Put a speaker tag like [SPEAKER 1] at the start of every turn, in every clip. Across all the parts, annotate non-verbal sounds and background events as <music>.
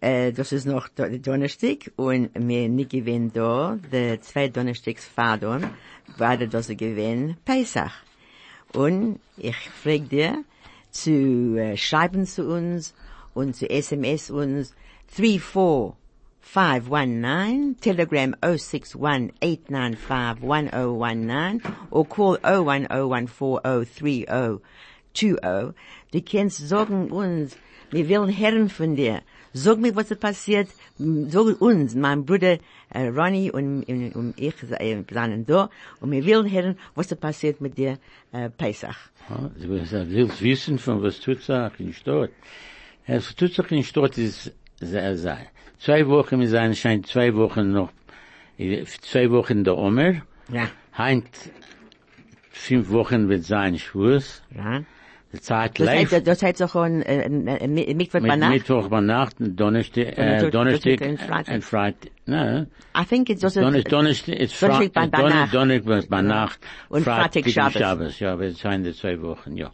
[SPEAKER 1] Äh, das ist noch Do- Donnerstag und mir nicht gewinnt da, der zwei Donnerstags Fadon, war der das gewinnt Pesach. Und ich frage dir, zu äh, schreiben zu uns und zu SMS uns 34519, Telegram 061-895-1019 or call 010140320. Du kannst sagen uns, wir wollen hören von dir. Sag mir, was ist passiert. Mm, Sag uns, mein Bruder äh, Ronny und, und, und ich äh, sind da und wir wollen hören, was ist passiert mit dir äh, Pesach.
[SPEAKER 2] Ja, Ah, Sie will wissen, von was tut sich in Stott. Es tut sich in Stott ist sehr, sehr. Zwei Wochen ist anscheinend zwei Wochen noch, äh, zwei Wochen der Omer.
[SPEAKER 1] Ja.
[SPEAKER 2] Heint fünf Wochen wird sein Schwurz.
[SPEAKER 1] Ja.
[SPEAKER 2] Die Zeit
[SPEAKER 1] Das
[SPEAKER 2] läuft.
[SPEAKER 1] heißt, das heißt auch ein äh, äh, äh, Mittwoch bei
[SPEAKER 2] Mit
[SPEAKER 1] Nacht.
[SPEAKER 2] Mittwoch bei Nacht, Donnerstag,
[SPEAKER 1] Donnerstag,
[SPEAKER 2] äh, Donnerstag
[SPEAKER 1] Donnerstag und Freitag.
[SPEAKER 2] und Freitag. Nein,
[SPEAKER 1] I think it's also
[SPEAKER 2] Donnerstag, Donnerstag ist
[SPEAKER 1] Donnerstag bei
[SPEAKER 2] Freitag, Donner-
[SPEAKER 1] Nacht.
[SPEAKER 2] Donnerstag bei Nacht.
[SPEAKER 1] Und Freitag Ah. Schabes.
[SPEAKER 2] Schabes, ja, wir sind die zwei Wochen, ja.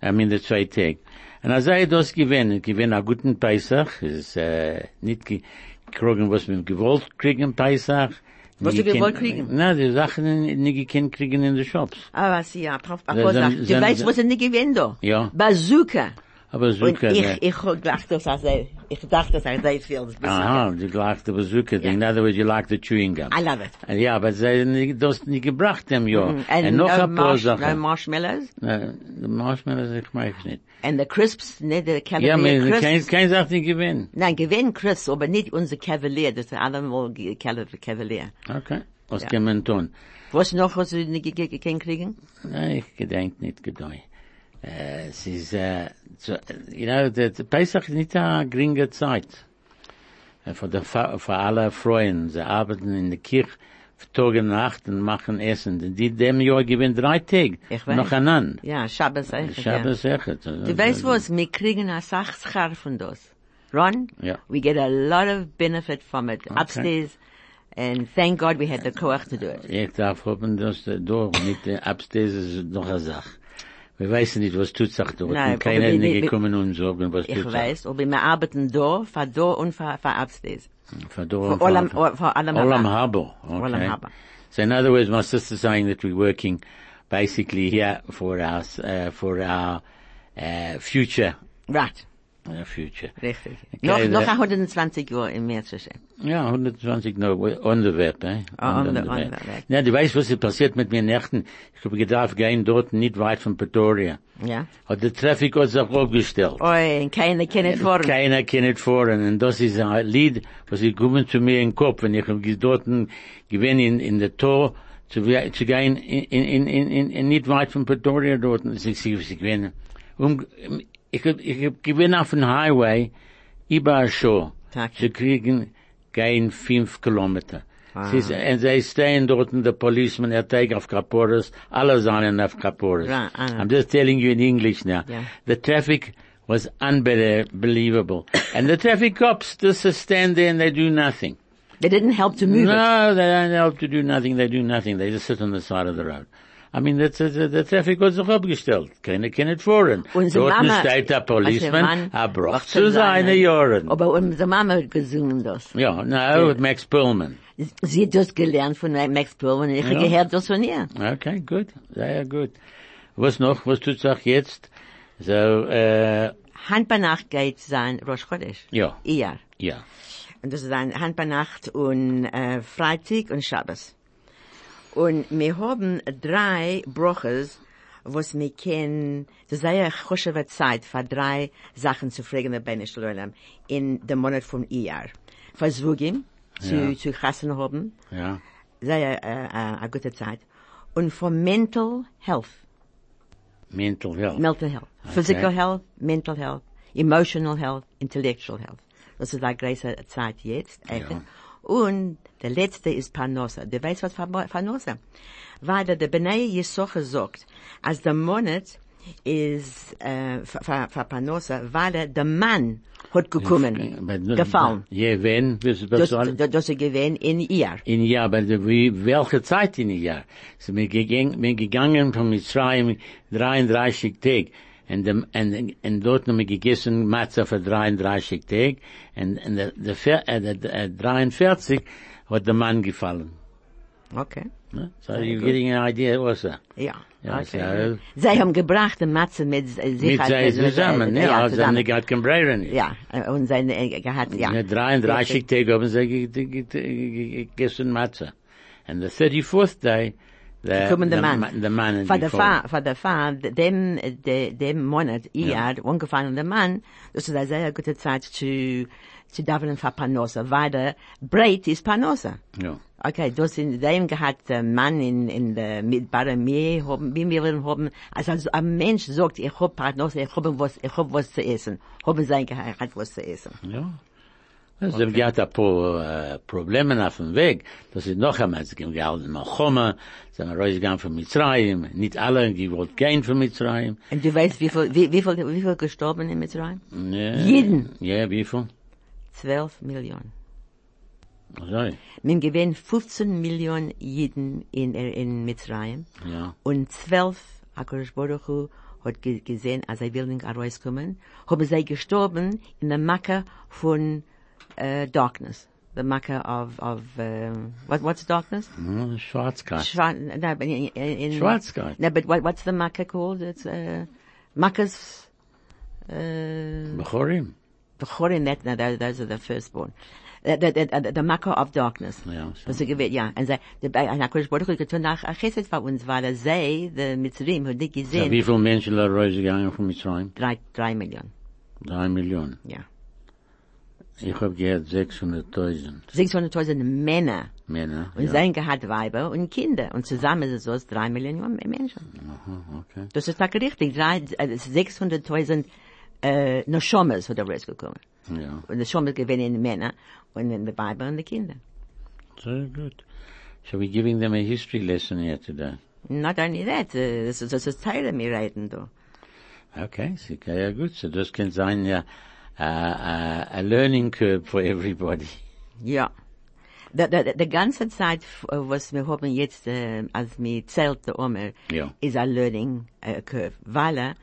[SPEAKER 2] Ähm, in der zwei Tag. Und als ich das gewinne, ich gewinne einen guten Peisach, es ist, äh, nicht ge- gekriegen, was wir gewollt kriegen, Peisach.
[SPEAKER 1] Was
[SPEAKER 2] Nie
[SPEAKER 1] wir gewollt kriegen?
[SPEAKER 2] gekannt- Na, die Sachen, die nicht gekannt kriegen in den Shops.
[SPEAKER 1] Ah, was ja, Prof.
[SPEAKER 2] Ze-
[SPEAKER 1] Bakosa.
[SPEAKER 2] ze-
[SPEAKER 1] Du
[SPEAKER 2] ze-
[SPEAKER 1] weißt,
[SPEAKER 2] ze-
[SPEAKER 1] was er nicht gewinnt da.
[SPEAKER 2] Ja.
[SPEAKER 1] Bazooka.
[SPEAKER 2] Aber äh, so
[SPEAKER 1] Und
[SPEAKER 2] können
[SPEAKER 1] ich,
[SPEAKER 2] wir-
[SPEAKER 1] ich dachte, das er sehr, ich dachte, das er sehr viel. das Bazooka.
[SPEAKER 2] Aha, you like the bazooka thing. In other words, you like the chewing gum. Äh,
[SPEAKER 1] I love it.
[SPEAKER 2] And yeah, but they nicht- das nicht gebracht dem Jahr.
[SPEAKER 1] And
[SPEAKER 2] Und noch
[SPEAKER 1] no
[SPEAKER 2] ein paar
[SPEAKER 1] marsh, no
[SPEAKER 2] Sachen.
[SPEAKER 1] marshmallows.
[SPEAKER 2] Äh, die Marshmallows, ich mag es nicht.
[SPEAKER 1] And the crisps, ne, the
[SPEAKER 2] Ja,
[SPEAKER 1] Cavalier
[SPEAKER 2] mir kein,
[SPEAKER 1] crisps.
[SPEAKER 2] kein Sache nicht gewinnen.
[SPEAKER 1] Nein, gewinn crisps, aber nicht unsere Cavalier, das sind allemal Ge- Cal- Cavalier.
[SPEAKER 2] Okay. Was kann man tun?
[SPEAKER 1] Was noch, was wir nicht ge- ge- ge- kriegen?
[SPEAKER 2] Nein, ich gedenk nicht gedei. Äh, es ist, äh, so, you know, der der Pesach ist nicht eine geringe Zeit. Äh, Für, die, Fa- für alle Freuen, sie arbeiten in der Kirche, für Tag und Nacht und machen Essen. Und Die, dem Jahr gewinnen drei Tage.
[SPEAKER 1] Ich weiß.
[SPEAKER 2] Noch einander.
[SPEAKER 1] Ja, Schabes eigentlich.
[SPEAKER 2] Ich
[SPEAKER 1] ja.
[SPEAKER 2] habe es echt.
[SPEAKER 1] Du
[SPEAKER 2] äh,
[SPEAKER 1] weißt was, wir kriegen eine Sachschar von das. Ron,
[SPEAKER 2] Ja.
[SPEAKER 1] we get a lot of benefit from it upstairs. And thank God we had the koach to do it.
[SPEAKER 2] Ich darf hoffen, dass der Dorf nicht äh, abstehst, ist noch eine Sache. Wir wissen nicht, was tut sich dort.
[SPEAKER 1] Nein,
[SPEAKER 2] und
[SPEAKER 1] aber
[SPEAKER 2] keiner ist
[SPEAKER 1] wir- wir-
[SPEAKER 2] nicht gekommen und sorgen, was
[SPEAKER 1] Ich
[SPEAKER 2] tut sich.
[SPEAKER 1] weiß, aber wir arbeiten da, für da und für, für upstairs.
[SPEAKER 2] For Dorf.
[SPEAKER 1] For Olam, or- for Olam
[SPEAKER 2] Olam
[SPEAKER 1] Haba.
[SPEAKER 2] Habo.
[SPEAKER 1] Olam
[SPEAKER 2] okay.
[SPEAKER 1] Haba.
[SPEAKER 2] So in other words, my sister's saying that we're working basically here for us, uh, for our uh, future,
[SPEAKER 1] Right,
[SPEAKER 2] uh, future.
[SPEAKER 1] richtig.
[SPEAKER 2] Okay,
[SPEAKER 1] Noch, noch
[SPEAKER 2] the-
[SPEAKER 1] 120 Jahre im März.
[SPEAKER 2] Ja, 120 no, Onderwerp, eh?
[SPEAKER 1] Ah,
[SPEAKER 2] Und
[SPEAKER 1] Onder-
[SPEAKER 2] Onderwerp. Nou,
[SPEAKER 1] Onderwerp.
[SPEAKER 2] Ja, du weißt, was ist passiert mit mir Nächten? Ich habe gedacht, gehen dort nicht weit von Pretoria.
[SPEAKER 1] Ja.
[SPEAKER 2] Hat der Traffic uns auch aufgestellt.
[SPEAKER 1] Oi, und keiner kann es fahren.
[SPEAKER 2] Keiner kennt voren. Und das ist ein Lied, was ich kommen zu mir in den Kopf. Und ich habe dort gewinn in, in der Tor zu, we- zu gehen in, in, in, in, in, nicht weit von Pretoria dort. Und ich sehe, was ich gewinn. Um, ich hab, ich hab gewinn auf dem Highway überall schon.
[SPEAKER 1] Tag.
[SPEAKER 2] Zu kriegen, gehen fünf Kilometer.
[SPEAKER 1] Ah.
[SPEAKER 2] Sie, se- und sie stehen dort und der Policeman, er trägt auf Kaporas, alle seien auf Kaporas.
[SPEAKER 1] Right, ah.
[SPEAKER 2] I'm just telling you in English now.
[SPEAKER 1] Yeah.
[SPEAKER 2] The traffic was
[SPEAKER 1] <coughs>
[SPEAKER 2] unbelievable. and the traffic cops just stand there and they do nothing.
[SPEAKER 1] They didn't help to move it.
[SPEAKER 2] No, they don't help to do nothing. They do nothing. They just sit on the side of the road. I mean, that's, that's, the, the traffic was doch abgestellt. Keiner kennt voren.
[SPEAKER 1] Unsere
[SPEAKER 2] Dort
[SPEAKER 1] Mama-
[SPEAKER 2] steht der
[SPEAKER 1] Also,
[SPEAKER 2] Policeman,
[SPEAKER 1] Mann,
[SPEAKER 2] er braucht
[SPEAKER 1] zu
[SPEAKER 2] zu seine
[SPEAKER 1] seinen.
[SPEAKER 2] Jahren.
[SPEAKER 1] Aber um unsere Mama hat gesungen das.
[SPEAKER 2] Ja, no, Max Pullman.
[SPEAKER 1] Sie hat das gelernt von Max Perlman und ich habe
[SPEAKER 2] Ja.
[SPEAKER 1] gehört das von ihr.
[SPEAKER 2] Okay, gut. Sehr gut. Was noch? Was tut sich jetzt? So, äh,
[SPEAKER 1] Hand bei Nacht geht sein Rosh Chodesh.
[SPEAKER 2] ja,
[SPEAKER 1] Iyar.
[SPEAKER 2] ja.
[SPEAKER 1] Und das ist ein Hand bei Nacht und äh, Freitag und Schabbos. Und wir haben drei Broches, was wir kennen, das sei ja choschewe Zeit, für drei Sachen zu fragen, der Benisch Leulam, in dem Monat von Iyar. Für Zwugim, zu,
[SPEAKER 2] Ja.
[SPEAKER 1] zu Chassen haben,
[SPEAKER 2] Ja.
[SPEAKER 1] sei ja äh, äh, eine gute Zeit. Und für Mental Health.
[SPEAKER 2] Mental health.
[SPEAKER 1] mental health, physical health, mental health, emotional health, intellectual health. Das ist eine große Zeit jetzt, echt. Und der letzte ist Panosa. Der weiß was Pan- Panosa. Weil der, der Benei Jesoche sagt, als der Monat ist, äh, für- für für Panosa, weil er, der Mann hat
[SPEAKER 2] Äh,
[SPEAKER 1] gekommen, gefallen.
[SPEAKER 2] Ja, wenn, wirst du
[SPEAKER 1] Das,
[SPEAKER 2] bezahlen?
[SPEAKER 1] das, das ist gewesen in ihr.
[SPEAKER 2] in Jahr, aber de- wie, welche Zeit in Jahr? So, wir gegangen, wir gegangen von Mitzrayim 33 Tag. Und, dem, und, und dort haben wir gegessen Matzah für 33 Tag. Und, und der, der, vier- äh, der, der 43 hat der Mann gefallen.
[SPEAKER 1] Okay.
[SPEAKER 2] Ne? So, you're getting an idea also.
[SPEAKER 1] Ja.
[SPEAKER 2] Ja,
[SPEAKER 1] okay.
[SPEAKER 2] so-
[SPEAKER 1] Sie haben gebracht die Matze mit äh, sich.
[SPEAKER 2] Mit
[SPEAKER 1] hat-
[SPEAKER 2] sei
[SPEAKER 1] mit- äh,
[SPEAKER 2] zusammen, ne? Also,
[SPEAKER 1] zusammen.
[SPEAKER 2] dann hat kein Breyer nicht.
[SPEAKER 1] Ja, äh, und seine äh, gehabt, ja.
[SPEAKER 2] Ja, 33 Tage haben sie ge- ge- ge- ge- gegessen Matzah. And the 34th day, the,
[SPEAKER 1] Kommen äh, der
[SPEAKER 2] the
[SPEAKER 1] Mann.
[SPEAKER 2] ma- the man had
[SPEAKER 1] Von der
[SPEAKER 2] befallen.
[SPEAKER 1] Fahr, von der Fahr, dem, äh, de, dem Monat, ihr, ja. ungefallen der Mann, das ist eine sehr gute Zeit zu, zu davenen für Panosa, weil der Breit ist Panosa.
[SPEAKER 2] Ja.
[SPEAKER 1] Okay, das in dem gehabt der Mann in, in der, mit Baramie haben, wie wir wollen haben, also, als ein Mensch sagt, ich hab Panosa, ich hab was, ich hab was zu essen. Haben sein gehabt, hat was zu essen.
[SPEAKER 2] Ja. Dus Also, okay. sie hat ein paar äh, Probleme auf dem Weg. Das ist noch einmal, sie haben gehalten in Malchoma, sie haben rausgegangen von Mitzrayim, nicht alle, die wollten gehen von Mitzrayim.
[SPEAKER 1] Und du weißt, wie viel, wie, wie viel, wie viel gestorben in Mitzrayim?
[SPEAKER 2] Ja.
[SPEAKER 1] Jeden.
[SPEAKER 2] Ja, wie viel?
[SPEAKER 1] Zwölf Millionen.
[SPEAKER 2] Sorry.
[SPEAKER 1] Man gewinnt 15 Millionen Jiden in, er, in Mitzrayim.
[SPEAKER 2] Ja.
[SPEAKER 1] Und 12, Akurish Baruch Hu, hat ge gesehen, als er will nicht herauskommen, haben sie gestorben in der Macke von äh, Darkness. The Macke of, of ähm, what, what's Darkness?
[SPEAKER 2] Hm, Schwarzkart.
[SPEAKER 1] Schwarz, no, but in, in,
[SPEAKER 2] Schwarzgard.
[SPEAKER 1] No, but what, what's the Macke called? It's uh, Macke's... Uh,
[SPEAKER 2] Bechorim.
[SPEAKER 1] Bechorin net, no, those, those are the firstborn. The, the, the, the, the Macker of Darkness.
[SPEAKER 2] Ja, so.
[SPEAKER 1] Was sie gewählt, ja. Und sie, der Be- ein Akkurisch Baruch Hu getan nach äh, Chesed bei uns, weil er sei, der Mitzrim, hat nicht
[SPEAKER 2] Ja,
[SPEAKER 1] gesehen,
[SPEAKER 2] wie viele Menschen sind rausgegangen von Mitzrayim?
[SPEAKER 1] drei, drei Millionen,
[SPEAKER 2] Drei Millionen.
[SPEAKER 1] ja.
[SPEAKER 2] Ich habe gehört 600.000
[SPEAKER 1] 600.000 Männer.
[SPEAKER 2] Männer.
[SPEAKER 1] Und sein gehabt Weiber und Kinder. Und zusammen sind es drei Millionen Menschen.
[SPEAKER 2] Aha, Oh, okay.
[SPEAKER 1] Das ist nicht richtig. Drei, äh, 600.000, äh, Noshomes hat er rausgekommen.
[SPEAKER 2] Ja.
[SPEAKER 1] Und Noshomes gewinnen Männer und in die Weiber und die Kinder.
[SPEAKER 2] Very good. So we're giving them a history lesson here today.
[SPEAKER 1] Not only that, äh, das ist, das ist Teil der mir reden, du.
[SPEAKER 2] Okay, so, okay, ja gut. So das kann sein ja a, a, a learning curve for everybody. <laughs>
[SPEAKER 1] Ja. Der, der, der ganze Zeit, f- äh, was wir haben jetzt, äh, als wir zählt der Omer,
[SPEAKER 2] Ja.
[SPEAKER 1] ist a learning äh, curve. Weil er,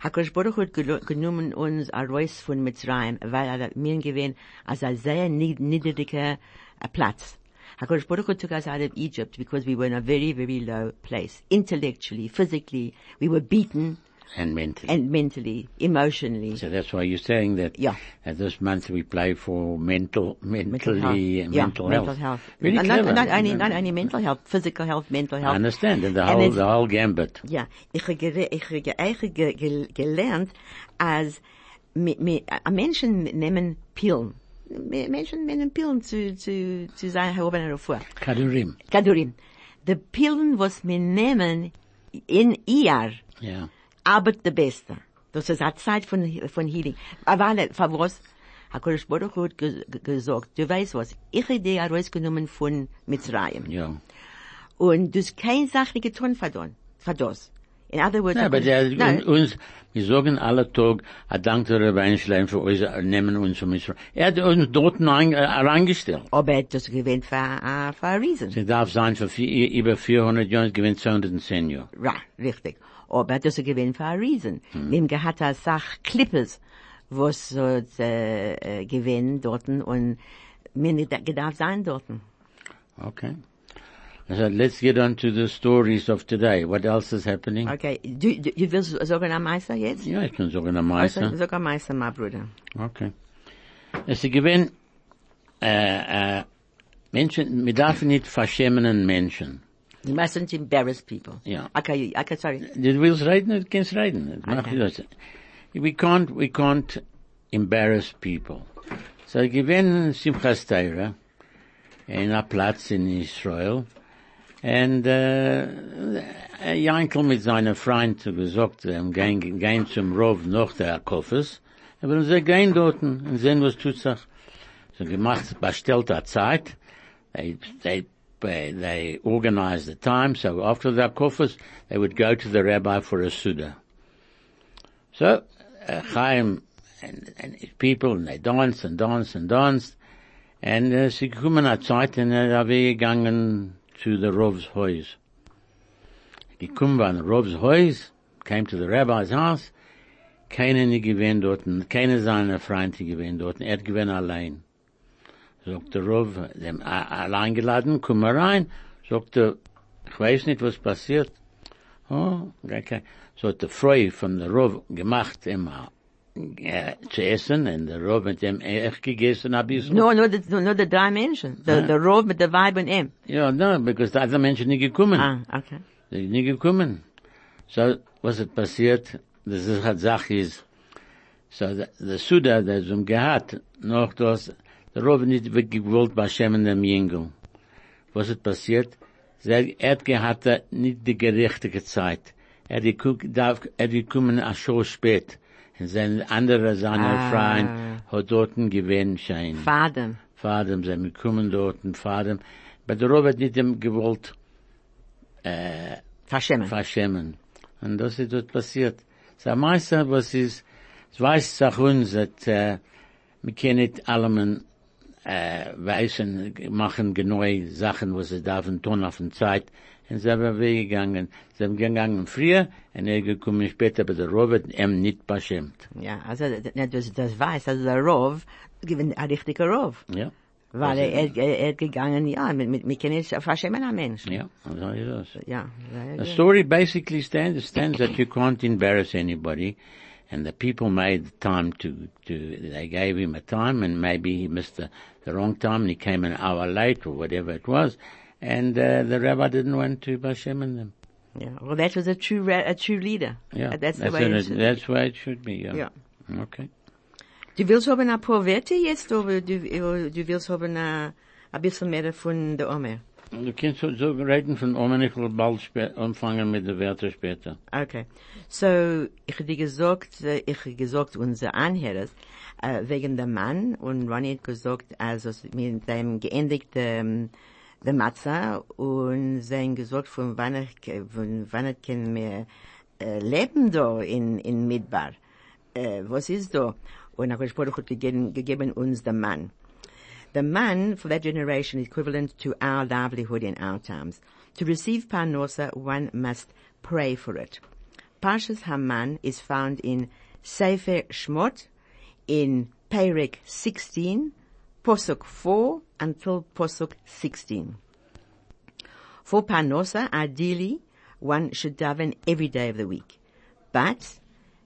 [SPEAKER 1] Hakosh Baruch hat gelo- genommen uns a Reus von Mitzrayim, weil er mir gewesen, als a sehr nied- niedriger äh, Platz. Hakosh Baruch Hu took us out of Egypt because we were in a very, very low place. Intellectually, physically, we were beaten
[SPEAKER 2] And mentally.
[SPEAKER 1] and mentally, emotionally.
[SPEAKER 2] so that's why you're saying that
[SPEAKER 1] Yeah.
[SPEAKER 2] that this month we play for mental, mentally,
[SPEAKER 1] health. Yeah,
[SPEAKER 2] mental,
[SPEAKER 1] mental
[SPEAKER 2] health.
[SPEAKER 1] health.
[SPEAKER 2] Very
[SPEAKER 1] not,
[SPEAKER 2] clever.
[SPEAKER 1] Not, only, not only mental health, physical health, mental
[SPEAKER 2] I
[SPEAKER 1] health.
[SPEAKER 2] understand and the
[SPEAKER 1] And
[SPEAKER 2] whole
[SPEAKER 1] it's-
[SPEAKER 2] the whole gambit.
[SPEAKER 1] Ja, ich habe gere- ich habe eigentlich ge- ge- gelernt, als mi- mi- a- Menschen nehmen Pillen. Mi- Menschen nehmen Pillen zu, zu, zu sein, Herr Oben, Herr Fuhr.
[SPEAKER 2] Kadurim.
[SPEAKER 1] Kadurim. Die Pillen, was wir nehmen in ihr,
[SPEAKER 2] Yeah.
[SPEAKER 1] arbeitet der Beste. Das ist eine Zeit von, von Healing. Aber alle, für was? Hakurish Baruch Hu hat ge- ge- gesagt, du weißt was, ich habe dich herausgenommen von Mitzrayim.
[SPEAKER 2] Yeah.
[SPEAKER 1] Und du hast keine Sache getan für don- für das. In other words,
[SPEAKER 2] Ja, aber der,
[SPEAKER 1] Nein.
[SPEAKER 2] uns, wir sagen alle Tag, er dankt der Weinschleim für unser Nehmen und so Mitzrayim. Er hat uns dort ein- äh, reingestellt.
[SPEAKER 1] Aber das gewinnt für, äh, für a reason.
[SPEAKER 2] Sie darf sein für vier, über 400 Jahre, gewinnt 210 Jahre.
[SPEAKER 1] Ja, richtig. Aber das gewinnt für a reason.
[SPEAKER 2] Hm.
[SPEAKER 1] Wem gehat er Sach Klippes, was so, äh, äh, gewinnt dorten und mir nicht da- gedarf sein dorten.
[SPEAKER 2] Okay. So let's get on to the stories of today. What else is happening?
[SPEAKER 1] Okay, du, du, du willst sogar ein Meister jetzt?
[SPEAKER 2] Ja, ich kann sagen, am meisten.
[SPEAKER 1] Sogar Meister, mein Bruder.
[SPEAKER 2] Okay. Es ist gewinn, äh, äh, Menschen, wir dürfen nicht verschämen Menschen.
[SPEAKER 1] You mustn't embarrass people.
[SPEAKER 2] Ja.
[SPEAKER 1] Okay, okay, sorry.
[SPEAKER 2] Du willst reden, du kannst reden. Das macht
[SPEAKER 1] Okay.
[SPEAKER 2] das. We can't, we can't embarrass people. So, gewinn Simchas Teira, in a Platz in Israel, and, äh, Jankel mit seiner Freund hat gesagt, sie haben er gehen, gehen zum Rov noch der Koffers, aber sie gehen dorten und sehen, was tut sich. so gemacht, bestellt a Zeit. They, they, they organized the time, so after the koffers, they would go to the rabbi for a Suda. So, uh, Chaim and, and his people, and they danced and danced and danced, and uh, sie gekommen a Zeit, und er habe gegangen to the Rov's Heus. Gekommen war in Rov's Heus, came to the rabbi's house, keiner nie gewähnt dort, keiner seiner Freunde gewähnt dort, er gewähnt allein. Sagt der Rov, dem allein geladen, komm mal rein, sagt er, ich weiß nicht, was passiert. Oh, okay. So hat der Freu von der Rov gemacht, immer äh, zu essen, und der Rov mit dem äh, echt gegessen ein bisschen.
[SPEAKER 1] No, no, the, no, no, the drei Menschen. The, the Rov mit der Weib und ihm.
[SPEAKER 2] Ja, no, because die anderen Menschen nicht gekommen.
[SPEAKER 1] Ah, okay.
[SPEAKER 2] Sie sind nicht gekommen. So, was hat passiert? Das ist halt Sache ist. So, der der Suda, der zum gehat, noch das, der Rav nicht wirklich gewollt bei Hashem in dem Jingel. Was ist passiert? Sie hat gehabt äh, nicht die gerechtige Zeit. Er geguckt, darf, er gekommen a Show spät. Und sein anderer seiner
[SPEAKER 1] Ah.
[SPEAKER 2] Freund hat dort gewähnt schein.
[SPEAKER 1] Vater.
[SPEAKER 2] Fadem, sie haben gekommen dort und Fadem. Aber der Rav hat nicht dem gewollt,
[SPEAKER 1] Verschämen.
[SPEAKER 2] verschämen. Und das ist dort passiert. Das meiste, was ist, es weiß auch uns, dass, äh, wir können nicht allem, äh, weißen, machen genaue Sachen, was sie da von tun auf der Zeit. Und sie haben weggegangen. Sie haben gegangen früher, und er gekommen später, aber der Robert, ihm nicht beschämt.
[SPEAKER 1] Ja, also, ne, das, das weiß, also der Rov, gewinnt ein richtiger Rov.
[SPEAKER 2] Ja?
[SPEAKER 1] Weil er, er, er gegangen, ja, mit, mit, mit kennen nicht verschämen an Menschen.
[SPEAKER 2] Ja, so ist das.
[SPEAKER 1] Ja, sehr
[SPEAKER 2] The
[SPEAKER 1] gut.
[SPEAKER 2] story basically stands stands that you can't embarrass anybody, and the people made time to to they gave him a time, and maybe he missed the, the wrong time, and he came an hour late or whatever it was, and uh, the rabbi didn't want to bashem in them.
[SPEAKER 1] Yeah. Well, that was a true, re- a true leader.
[SPEAKER 2] Yeah,
[SPEAKER 1] Uh, That's, the
[SPEAKER 2] what
[SPEAKER 1] way
[SPEAKER 2] it-
[SPEAKER 1] it should be.
[SPEAKER 2] that's the way it should be. Yeah. Okay.
[SPEAKER 1] Du willst haben ein paar Werte jetzt, oder du, du willst haben ein, ein bisschen mehr von der Omer.
[SPEAKER 2] Du kannst so, so reden von Omen, ich will bald spä- anfangen mit der Werte später.
[SPEAKER 1] Okay. So, ich hätte gesagt, äh, ich hätte gesagt, unser Anhörer, äh, wegen dem Mann, und Ronny hat gesagt, also es mit dem geendigten, ähm, der Matza, und sie haben gesagt, von wann ich, von wann ich kann mehr, äh, leben da in, in Midbar. Äh, was ist da? Und Hakadosh Baruch Hu hat gegeben, gegeben uns den Mann. The man for that generation is equivalent to our livelihood in our times. To receive parnosa, one must pray for it. Parshas Haman is found in Sefer Shmot, in Perek 16, Posuk 4 until Posuk 16. For parnosa, ideally, one should daven every day of the week, but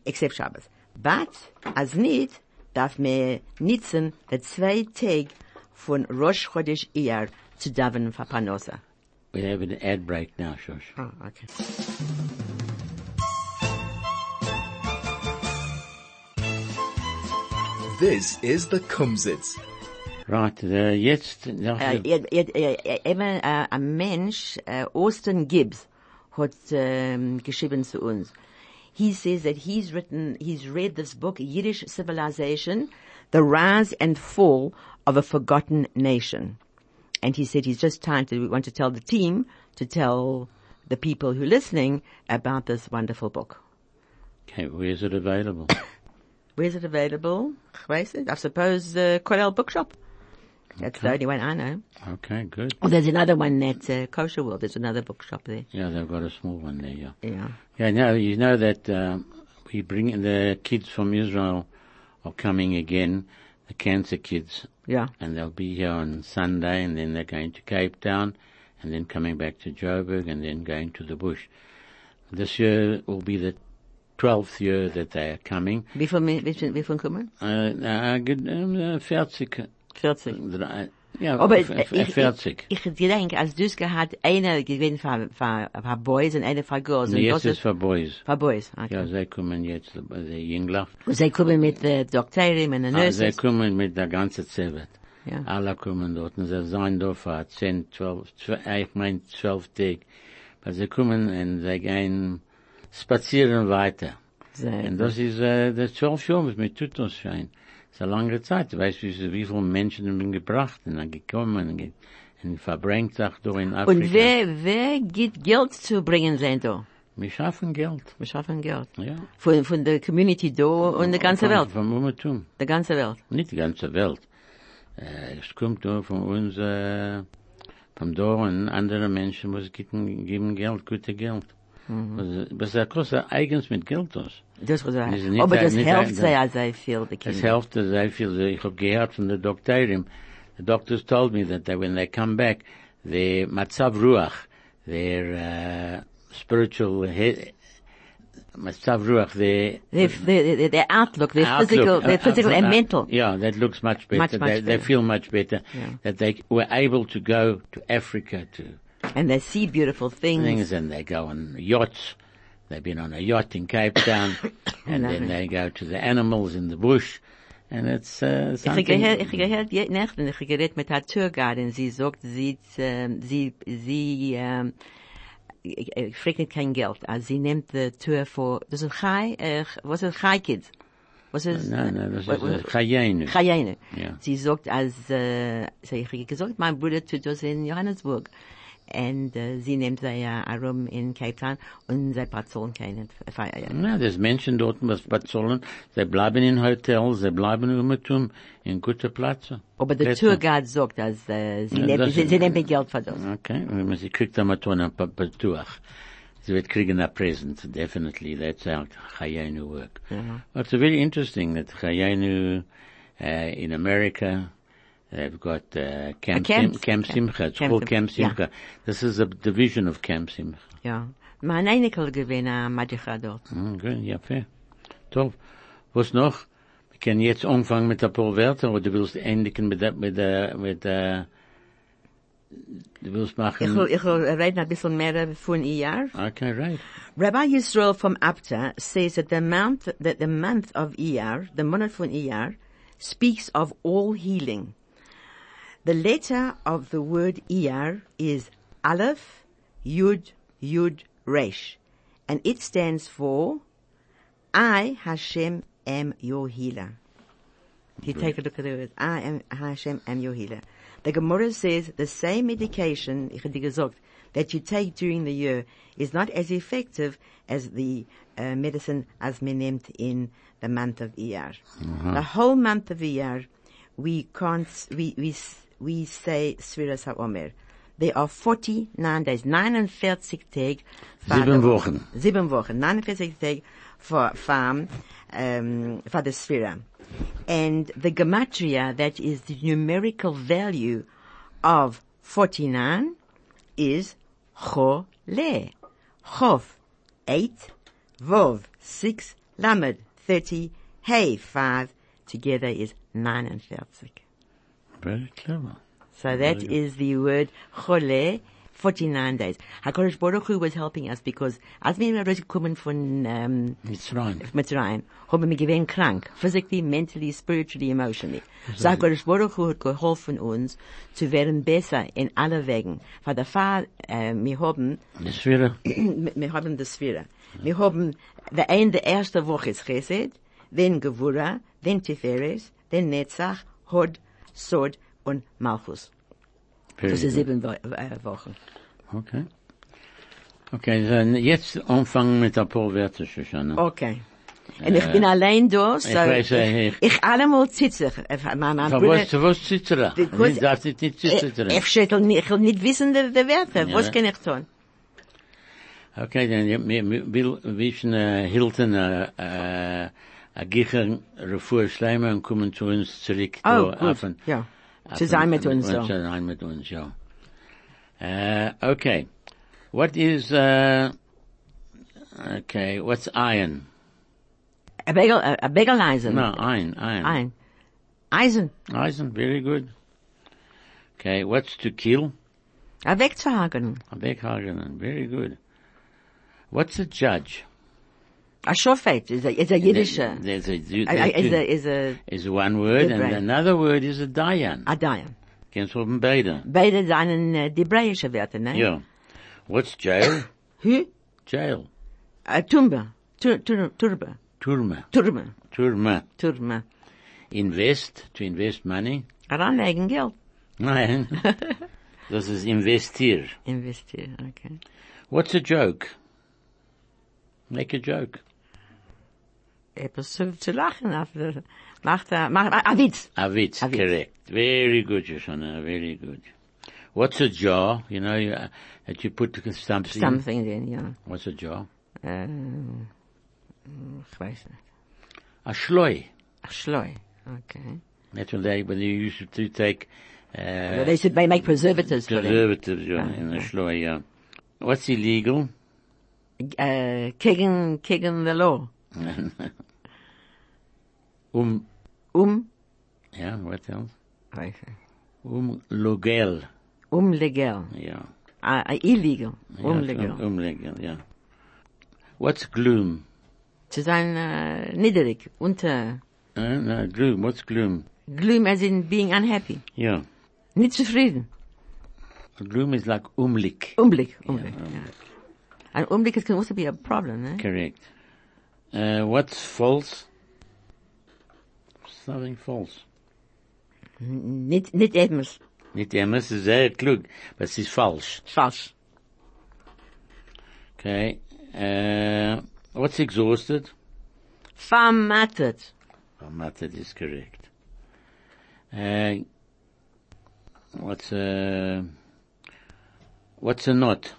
[SPEAKER 1] except Shabbos. But as need darf man nitzen the zwei Tag von Rosh Chodesh Iyar zu daven for parnosa.
[SPEAKER 2] We have an ad break now, Shosh.
[SPEAKER 1] Oh, okay.
[SPEAKER 3] This is the Kumsitz.
[SPEAKER 2] Right, uh, jetzt,
[SPEAKER 1] Äh,
[SPEAKER 2] nachher-
[SPEAKER 1] er- er- er- er- Immer äh, ein Mensch, äh, Austin Gibbs, hat ähm, geschrieben zu uns. He says that he's written, he's read this book, Yiddish Civilization, The Rise and Fall of a Forgotten Nation. And he said he's just trying to, we want to tell the team, to tell the people who are listening about this wonderful book.
[SPEAKER 2] okay, where is it available? <coughs>
[SPEAKER 1] Where is it available? Ich weiß nicht. I suppose uh, Corel Bookshop. That's the only one I know.
[SPEAKER 2] okay, good.
[SPEAKER 1] Oh, there's another one at uh, Kosher World. There's another bookshop there.
[SPEAKER 2] Yeah, they've got a small one there, yeah.
[SPEAKER 1] Yeah.
[SPEAKER 2] Yeah, no, you know that um, we bring in the kids from Israel are coming again, the cancer kids,
[SPEAKER 1] Yeah.
[SPEAKER 2] and they'll be here on Sunday, and then they're going to Cape Town, and then coming back to Joburg, and then going to the bush. This year will be the twelfth year that they are coming.
[SPEAKER 1] Wie viel, Min- wie viel, wie viel kommen?
[SPEAKER 2] Uh, uh, good, um, uh, 40,
[SPEAKER 1] 40.
[SPEAKER 2] uh, yeah,
[SPEAKER 1] Aber
[SPEAKER 2] f- f-
[SPEAKER 1] Oh, äh, ich, ich,
[SPEAKER 2] 40.
[SPEAKER 1] ich denke, als du es gehabt, einer gewinnt für, für, für Boys und einer für Girls. Und
[SPEAKER 2] Yes,
[SPEAKER 1] das
[SPEAKER 2] it's
[SPEAKER 1] ist
[SPEAKER 2] for boys.
[SPEAKER 1] für Boys. Okay.
[SPEAKER 2] Ja, they come and yet the, the Yingler.
[SPEAKER 1] Und sie kommen mit der Doktorin und der
[SPEAKER 2] Ah, sie
[SPEAKER 1] Nurses.
[SPEAKER 2] kommen mit der ganzen Zewet.
[SPEAKER 1] Ja.
[SPEAKER 2] Alle kommen dort. Und sie sind dort für 10, 12, 12 äh, ich mein 12 Tage. Aber sie kommen und sie gehen spazieren weiter.
[SPEAKER 1] Sehr
[SPEAKER 2] Und
[SPEAKER 1] gut.
[SPEAKER 2] das ist, äh, der 12 Jahre mit Tutos schein. so lange Zeit. Du weißt, wie, wie viele Menschen sind gebracht und dann gekommen und, ge und verbringt sich da in Afrika.
[SPEAKER 1] Und wer, wer gibt Geld zu bringen sein da?
[SPEAKER 2] Wir schaffen Geld.
[SPEAKER 1] Wir schaffen Geld.
[SPEAKER 2] Ja.
[SPEAKER 1] Von, von der Community da und der ganzen Welt.
[SPEAKER 2] Von Momentum.
[SPEAKER 1] Der ganzen Welt.
[SPEAKER 2] Nicht die ganze Welt. Äh, es kommt nur von uns, äh, von da und andere Menschen, was geben, geben Geld, gute Geld. Mhm. Was, was kostet eigens mit Geld aus.
[SPEAKER 1] Das was
[SPEAKER 2] Das ist nicht
[SPEAKER 1] Aber
[SPEAKER 2] ein-
[SPEAKER 1] das
[SPEAKER 2] nicht
[SPEAKER 1] hilft
[SPEAKER 2] ein-
[SPEAKER 1] sehr, sehr viel, die
[SPEAKER 2] Das
[SPEAKER 1] Kinder.
[SPEAKER 2] helped us. I feel that ich hab gehört von der Doktorin. The doctors told me that they, when they come back, their matzav ruach, their uh, spiritual he, matzav ruach, their
[SPEAKER 1] Their, their, their- their outlook, their physical,
[SPEAKER 2] outlook,
[SPEAKER 1] their
[SPEAKER 2] uh,
[SPEAKER 1] physical
[SPEAKER 2] uh,
[SPEAKER 1] and
[SPEAKER 2] uh,
[SPEAKER 1] mental.
[SPEAKER 2] Yeah, that looks much better.
[SPEAKER 1] Much, much
[SPEAKER 2] they, they
[SPEAKER 1] better.
[SPEAKER 2] feel much better
[SPEAKER 1] Yeah.
[SPEAKER 2] that they were able to go to Africa to
[SPEAKER 1] And they see beautiful things.
[SPEAKER 2] things and they go on yachts. They've been on a yacht
[SPEAKER 1] <coughs>
[SPEAKER 2] in Cape Town and
[SPEAKER 1] Lovely.
[SPEAKER 2] then they go to the animals in the bush and it's uh,
[SPEAKER 1] Ich habe
[SPEAKER 2] something.
[SPEAKER 1] gehört, ich habe gehört, jede Nacht, und ich habe geredet mit der Türgarden, sie sagt, sie, ähm, sie, sie, ähm, ich- ich fragt nicht kein Geld, also sie nimmt die Tür vor, das ist Chai, äh, was ist Chai Kids? Was ist?
[SPEAKER 2] No, no, this is
[SPEAKER 1] What-
[SPEAKER 2] a
[SPEAKER 1] what-
[SPEAKER 2] Chayenu.
[SPEAKER 1] Chayene.
[SPEAKER 2] Ja.
[SPEAKER 1] Sie sagt, als, äh, so ich habe gesagt, mein Bruder tut das in Johannesburg. Und äh, sie nimmt sie ja herum in Cape Town und sie bezahlen keine Feier.
[SPEAKER 2] Na, das Menschen dort, was bezahlen, sie bleiben in Hotels, sie bleiben im Tum, in gute Plätze.
[SPEAKER 1] Aber der
[SPEAKER 2] Plätze.
[SPEAKER 1] Tourguide sagt, dass äh, sie,
[SPEAKER 2] Ja,
[SPEAKER 1] nimmt,
[SPEAKER 2] das
[SPEAKER 1] sie,
[SPEAKER 2] ist-
[SPEAKER 1] sie nimmt mir Geld für das.
[SPEAKER 2] Okay, wenn man sie kriegt am Ton ein Papatuach. Sie wird kriegen a present, definitely, that's how Chayenu work. But it's very interesting that Chayenu, uh, in America, they've got, uh, Camp,
[SPEAKER 1] camp.
[SPEAKER 2] Sim, Camp Simcha, it's
[SPEAKER 1] Camp
[SPEAKER 2] called
[SPEAKER 1] Sim-
[SPEAKER 2] Camp Simcha.
[SPEAKER 1] yeah.
[SPEAKER 2] This is a division of Camp Simcha.
[SPEAKER 1] Ja. Mein Einigel gewinnt ein Magicher dort.
[SPEAKER 2] Hm, Gut, ja, fair. Toll. Was noch? Wir können jetzt anfangen mit der paar Wörter, oder du willst endigen mit der, mit der, mit der, du willst
[SPEAKER 1] Ich
[SPEAKER 2] machen?
[SPEAKER 1] will, ich will reden ein bisschen mehr von ihr Jahr.
[SPEAKER 2] Okay, right.
[SPEAKER 1] Rabbi Yisrael from Apta says that the month, that the month of Iyar, the month from Iyar, speaks of all healing. The letter of the word Iyar is Aleph, Yud, Yud, Resh, and it stands for I, Hashem, am your healer. If you take a look at the word, I am Hashem, am your healer. The Gemara says the same medication, ich hätte gesagt, that you take during the year is not as effective as the uh, medicine as me nimmt in the month of Iyar. The whole month of Iyar, we can't, s- we, we, s- we say Sfiras HaOmer. There are 49 days, 49 Tage.
[SPEAKER 2] Sieben Wochen.
[SPEAKER 1] Sieben Wochen, 49 Tage for farm, um, for the Sphira. And the gematria, that is the numerical value of 49, is chole. Chof, 8, vov, 6, lamed, 30, hey, 5, together is 49.
[SPEAKER 2] Very clever.
[SPEAKER 1] So that is the word chole, 49 days. HaKadosh Baruch Hu was helping us because as we were coming from um,
[SPEAKER 2] It's right.
[SPEAKER 1] Mitzrayim, haben wir gewesen krank, physically, mentally, spiritually, emotionally. So HaKadosh Baruch Hu hat geholfen uns zu werden besser in alle Wegen. Weil der Fall, äh, wir haben <clears throat>
[SPEAKER 2] Das wäre,
[SPEAKER 1] wir haben das Sphäre. Wir haben der eine der erste Woche ist Chesed, dann Gevura, dann Tiferes, dann Netzach, Hod, Sod und Malchus.
[SPEAKER 2] very
[SPEAKER 1] Das
[SPEAKER 2] good.
[SPEAKER 1] ist sieben Wo- äh, Wochen.
[SPEAKER 2] Okay. Okay, dann jetzt anfangen mit ein paar Wörter, Shoshana.
[SPEAKER 1] Okay. Und ich bin allein da, so
[SPEAKER 2] ich weiß, äh,
[SPEAKER 1] ich, ich allemal zitzig. Äh, Mein, mein
[SPEAKER 2] Für
[SPEAKER 1] Bruder,
[SPEAKER 2] was, für was zittern?
[SPEAKER 1] Because-
[SPEAKER 2] Du darfst nicht
[SPEAKER 1] ich,
[SPEAKER 2] zittern.
[SPEAKER 1] ich schüttel nicht, ich will nicht wissen die, die Werte.
[SPEAKER 2] Ja.
[SPEAKER 1] Was kann ich tun?
[SPEAKER 2] Okay, dann wir wir- wir wünschen äh, Hilton äh, äh, a Gichern Refuhr Schleimer und kommen zu uns zurück.
[SPEAKER 1] Oh,
[SPEAKER 2] da
[SPEAKER 1] gut.
[SPEAKER 2] auf und-
[SPEAKER 1] Ja.
[SPEAKER 2] auf
[SPEAKER 1] Zu
[SPEAKER 2] und-
[SPEAKER 1] sein mit uns, so.
[SPEAKER 2] Zu sein mit uns, ja. Äh, okay. What is, äh, okay, what's iron?
[SPEAKER 1] A bagel, a, a bagel äh, Eisen.
[SPEAKER 2] No, iron, iron.
[SPEAKER 1] Ein. Eisen.
[SPEAKER 2] Eisen, very good. Okay, what's to kill?
[SPEAKER 1] Er wegzuhagen.
[SPEAKER 2] A Weghagen, very good. What's a judge?
[SPEAKER 1] A Schofet is a, is a Jiddische.
[SPEAKER 2] There's a, there's
[SPEAKER 1] I- I- Is
[SPEAKER 2] two-
[SPEAKER 1] a, is a,
[SPEAKER 2] is one word, and
[SPEAKER 1] Hebraic.
[SPEAKER 2] another word is a Dayan.
[SPEAKER 1] a Dayan.
[SPEAKER 2] Kennst du von beide?
[SPEAKER 1] Beide seinen äh, die hebräische Werte, ne?
[SPEAKER 2] Ja. What's jail?
[SPEAKER 1] Hü,
[SPEAKER 2] jail.
[SPEAKER 1] äh, Tumba, Tur- Tur- Turba,
[SPEAKER 2] Turma.
[SPEAKER 1] Turma,
[SPEAKER 2] Turma.
[SPEAKER 1] Turma.
[SPEAKER 2] invest, to invest money.
[SPEAKER 1] Heranlegen Geld. <laughs>
[SPEAKER 2] Nein. das ist investier.
[SPEAKER 1] Investieren, okay.
[SPEAKER 2] What's a joke? Make a joke.
[SPEAKER 1] Etwas zu, zu lachen. auf der- Macht er, macht, ah, Witz.
[SPEAKER 2] A witz,
[SPEAKER 1] A witz.
[SPEAKER 2] correct. Very good, Shoshana, very good. What's a jar? You know, you, uh, that you put something.
[SPEAKER 1] Something then, ja.
[SPEAKER 2] What's a jar?
[SPEAKER 1] Äh, ich weiß nicht.
[SPEAKER 2] A shloy.
[SPEAKER 1] Ach, Schleu. Okay.
[SPEAKER 2] That's what they, when you used to take,
[SPEAKER 1] Well,
[SPEAKER 2] uh,
[SPEAKER 1] they should they make preservatives for them.
[SPEAKER 2] preservatives you know,
[SPEAKER 1] Ah,
[SPEAKER 2] in a
[SPEAKER 1] okay.
[SPEAKER 2] shloy, yeah. What's illegal? <laughs>
[SPEAKER 1] Uh, kicking, kicking the law.
[SPEAKER 2] Um,
[SPEAKER 1] Um,
[SPEAKER 2] yeah, what else?
[SPEAKER 1] okay.
[SPEAKER 2] Um, logel,
[SPEAKER 1] um legal.
[SPEAKER 2] yeah.
[SPEAKER 1] Uh, uh, illegal. Um
[SPEAKER 2] Yeah,
[SPEAKER 1] legal.
[SPEAKER 2] Um, legal, yeah. What's gloom?
[SPEAKER 1] Zu sein, äh, niedrig, unter,
[SPEAKER 2] Uh, no, gloom, what's gloom?
[SPEAKER 1] gloom as in being unhappy.
[SPEAKER 2] Yeah.
[SPEAKER 1] Nicht zufrieden.
[SPEAKER 2] Gloom is like umlik.
[SPEAKER 1] Umblick, Umblick, ja. Ein Umblick is can also be a problem, ne?
[SPEAKER 2] Correct. Uh, what's false? Something false.
[SPEAKER 1] Nicht, nicht etwas
[SPEAKER 2] Nicht MS ist sehr klug, aber es ist falsch.
[SPEAKER 1] falsch.
[SPEAKER 2] Okay. Uh, what's exhausted?
[SPEAKER 1] Vermattet.
[SPEAKER 2] Well, method is correct. Uh, what's a, what's a knot?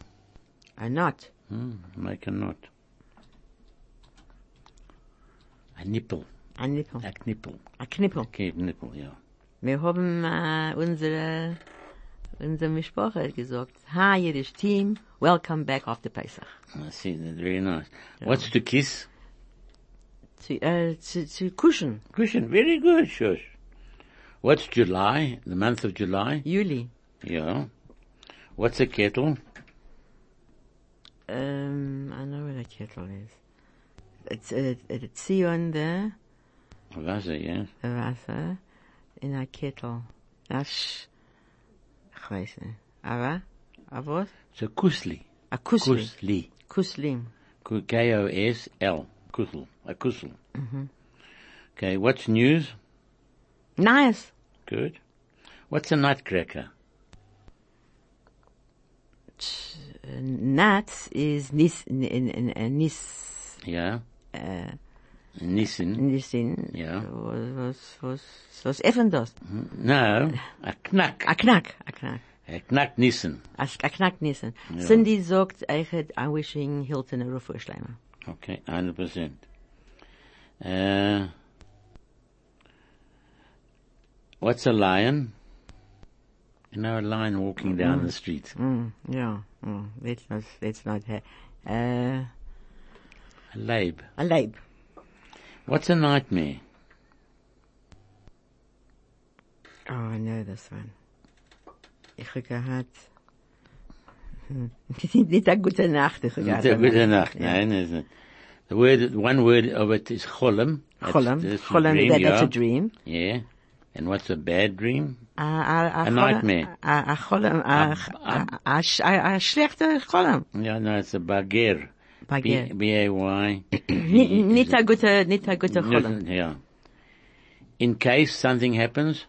[SPEAKER 1] A knot.
[SPEAKER 2] Hmm, make a knot. A nipple,
[SPEAKER 1] A Nippel.
[SPEAKER 2] a nipple,
[SPEAKER 1] A Knippel.
[SPEAKER 2] cave nipple, yeah.
[SPEAKER 1] Wir haben äh, unsere, unsere Mischproche gesagt. Hi, jedes Team. Welcome back after Pesach.
[SPEAKER 2] I see, that's very nice. What's to kiss?
[SPEAKER 1] Zu, äh, zu, zu kuschen.
[SPEAKER 2] Christian, very good, Shush. What's July? The month of July?
[SPEAKER 1] Juli.
[SPEAKER 2] Yeah. What's a kettle?
[SPEAKER 1] Um, I know where the kettle is. It's, uh, it's Zion there.
[SPEAKER 2] A vase, yeah.
[SPEAKER 1] the Wasser in a kettle. Das, ich weiß nicht. Aber, a was?
[SPEAKER 2] It's a kusli.
[SPEAKER 1] A Kusli.
[SPEAKER 2] Kusli.
[SPEAKER 1] Kuslim.
[SPEAKER 2] Ku- K-O-S-L. Kusl. A kusl.
[SPEAKER 1] Mm-hmm.
[SPEAKER 2] Okay, what's news?
[SPEAKER 1] Nice.
[SPEAKER 2] Good. What's a nutcracker?
[SPEAKER 1] Uh, Nuts is nis, n- n- n- nis,
[SPEAKER 2] Yeah.
[SPEAKER 1] Uh,
[SPEAKER 2] Nissen.
[SPEAKER 1] nisin.
[SPEAKER 2] Ja.
[SPEAKER 1] Was, was, was, was effen das?
[SPEAKER 2] No, a knack.
[SPEAKER 1] A knack, a knack.
[SPEAKER 2] A knack nissen.
[SPEAKER 1] A, a knack nissen. Cindy sagt, ich hätte a wishing Hilton a Rufurschleimer.
[SPEAKER 2] Okay, 100%. Uh, what's a lion? You know, a lion walking down the street.
[SPEAKER 1] Mm, ja, mm, that's not, that's not, her. äh,
[SPEAKER 2] A labe.
[SPEAKER 1] a Leib.
[SPEAKER 2] What's a nightmare?
[SPEAKER 1] Oh, I know this one. Ich habe gehört. <laughs> Nicht eine gute Nacht, ich habe
[SPEAKER 2] Not
[SPEAKER 1] gehört.
[SPEAKER 2] a good enough,
[SPEAKER 1] Ja.
[SPEAKER 2] no, isn't it? The word, one word of it is cholam. That's-
[SPEAKER 1] Cholam,
[SPEAKER 2] that's a
[SPEAKER 1] cholam,
[SPEAKER 2] dream,
[SPEAKER 1] that, that's
[SPEAKER 2] yeah.
[SPEAKER 1] a dream.
[SPEAKER 2] Yeah. And what's a bad dream?
[SPEAKER 1] A, a, a,
[SPEAKER 2] A nightmare.
[SPEAKER 1] A, a cholam, a, a, a, a, a schlechter cholam.
[SPEAKER 2] Yeah, no, it's a bager.
[SPEAKER 1] Baguette.
[SPEAKER 2] B- B-A-Y.
[SPEAKER 1] Ni- Nicht eine gute, nicht eine gute cholam.
[SPEAKER 2] Yeah. In case something happens,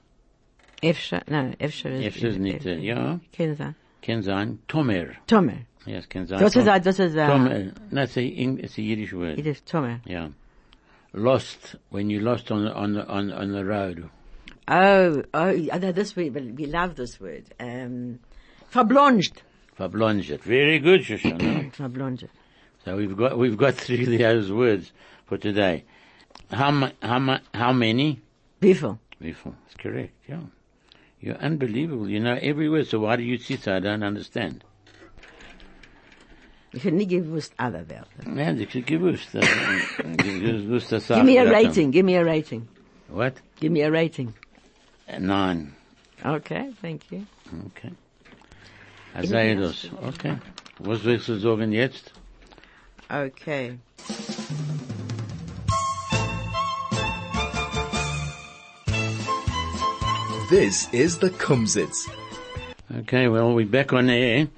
[SPEAKER 1] Efscher, nein, Efscher ist...
[SPEAKER 2] Efscher ist nicht, äh, ja.
[SPEAKER 1] Kennen Sie?
[SPEAKER 2] can sein Tomer.
[SPEAKER 1] Tomer.
[SPEAKER 2] Yes, can sein.
[SPEAKER 1] Das ist,
[SPEAKER 2] Tom-
[SPEAKER 1] ein- das ist, ein-
[SPEAKER 2] Tomer. No, it's a, Eng- it's a Yiddish
[SPEAKER 1] it
[SPEAKER 2] word.
[SPEAKER 1] is Tomer.
[SPEAKER 2] Yeah. Lost, when you lost on the, on the, on, on the road.
[SPEAKER 1] Oh, oh, I know this word, but we love this word. Um, verblonscht.
[SPEAKER 2] Verblonget. Very
[SPEAKER 1] <coughs>
[SPEAKER 2] good, Shoshana.
[SPEAKER 1] Verblonscht.
[SPEAKER 2] so we've got, we've got through those words for today. How mu- how mu- how many?
[SPEAKER 1] Wie viel?
[SPEAKER 2] Before. That's correct, yeah. You're unbelievable. You know every word, so why do you sit there? I don't understand.
[SPEAKER 1] Ich hätte nie gewusst alle Werte.
[SPEAKER 2] Ja, das ist gewusst. <coughs> Das- gewusst, das
[SPEAKER 1] Give me a
[SPEAKER 2] sagt-
[SPEAKER 1] rating, give me a rating,
[SPEAKER 2] What?
[SPEAKER 1] give me a rating.
[SPEAKER 2] Nine.
[SPEAKER 1] Okay, thank you.
[SPEAKER 2] Okay. Er sei Also, das. Okay. Was willst du sagen jetzt?
[SPEAKER 1] Okay.
[SPEAKER 3] This is the Kumsitz.
[SPEAKER 2] Okay, well, we're back on air.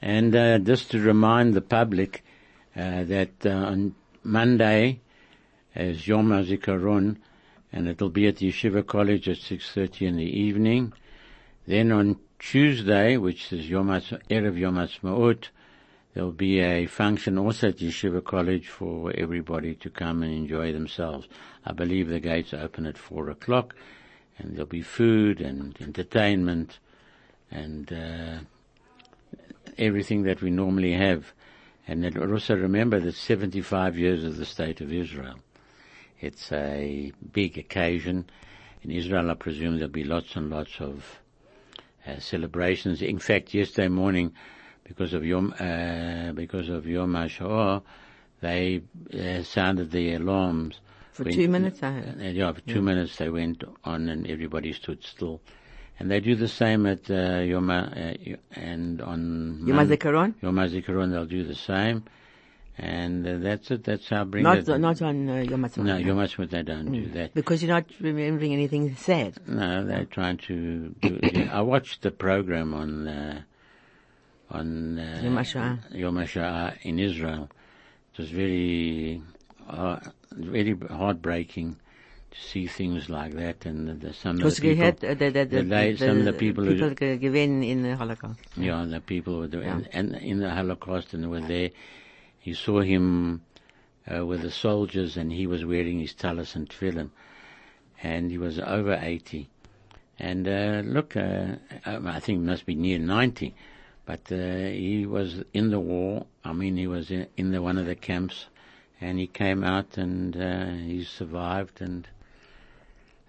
[SPEAKER 2] And uh, just to remind the public uh, that uh, on Monday, as Yom HaZikaron, and it'll be at the Yeshiva College at 6.30 in the evening. Then on Tuesday, which is Yom Hatz- Erev Yom Ha'atzmaut, there'll be a function also at Yeshiva College for everybody to come and enjoy themselves. I believe the gates open at 4 o'clock, and there'll be food and entertainment and uh, everything that we normally have. And then also remember the 75 years of the State of Israel. It's a big occasion. In Israel, I presume there'll be lots and lots of uh, celebrations. In fact, yesterday morning, because of Yom, uh, because of Yom HaShoah, they uh, sounded the alarms.
[SPEAKER 1] For
[SPEAKER 2] When-
[SPEAKER 1] two minutes, I
[SPEAKER 2] uh,
[SPEAKER 1] heard.
[SPEAKER 2] yeah, for two minutes they went on and everybody stood still. And they do the same at uh, Yom Ha- uh, and on
[SPEAKER 1] Yom
[SPEAKER 2] Mon-
[SPEAKER 1] HaZikaron?
[SPEAKER 2] Yom HaZikaron, they'll do the same. And uh, that's it. That's how I bring
[SPEAKER 1] Not,
[SPEAKER 2] it.
[SPEAKER 1] not Mm. on uh, Yom Hatzmaut.
[SPEAKER 2] no, Yom HaZikaron, they don't do that.
[SPEAKER 1] Because you're not remembering anything said.
[SPEAKER 2] No, they're trying to do. I watched the program on uh, on uh,
[SPEAKER 1] Yom HaShoah.
[SPEAKER 2] Yom HaShoah in Israel. It was very uh, very heartbreaking to see things like that and the, the, some of
[SPEAKER 1] Because
[SPEAKER 2] the
[SPEAKER 1] you
[SPEAKER 2] people.
[SPEAKER 1] had uh, the, the, the,
[SPEAKER 2] they- some of the people who-
[SPEAKER 1] people ge- gewinnen in the Holocaust.
[SPEAKER 2] Yeah, and the people were doing, and, and in the Holocaust and were there. You saw him uh, with the soldiers, and he was wearing his talis and tefillin, and he was over eighty. And uh, look, uh, um, I think he must be near ninety, but uh, he was in the war. I mean, he was in, in the one of the camps, and he came out and uh, he survived. And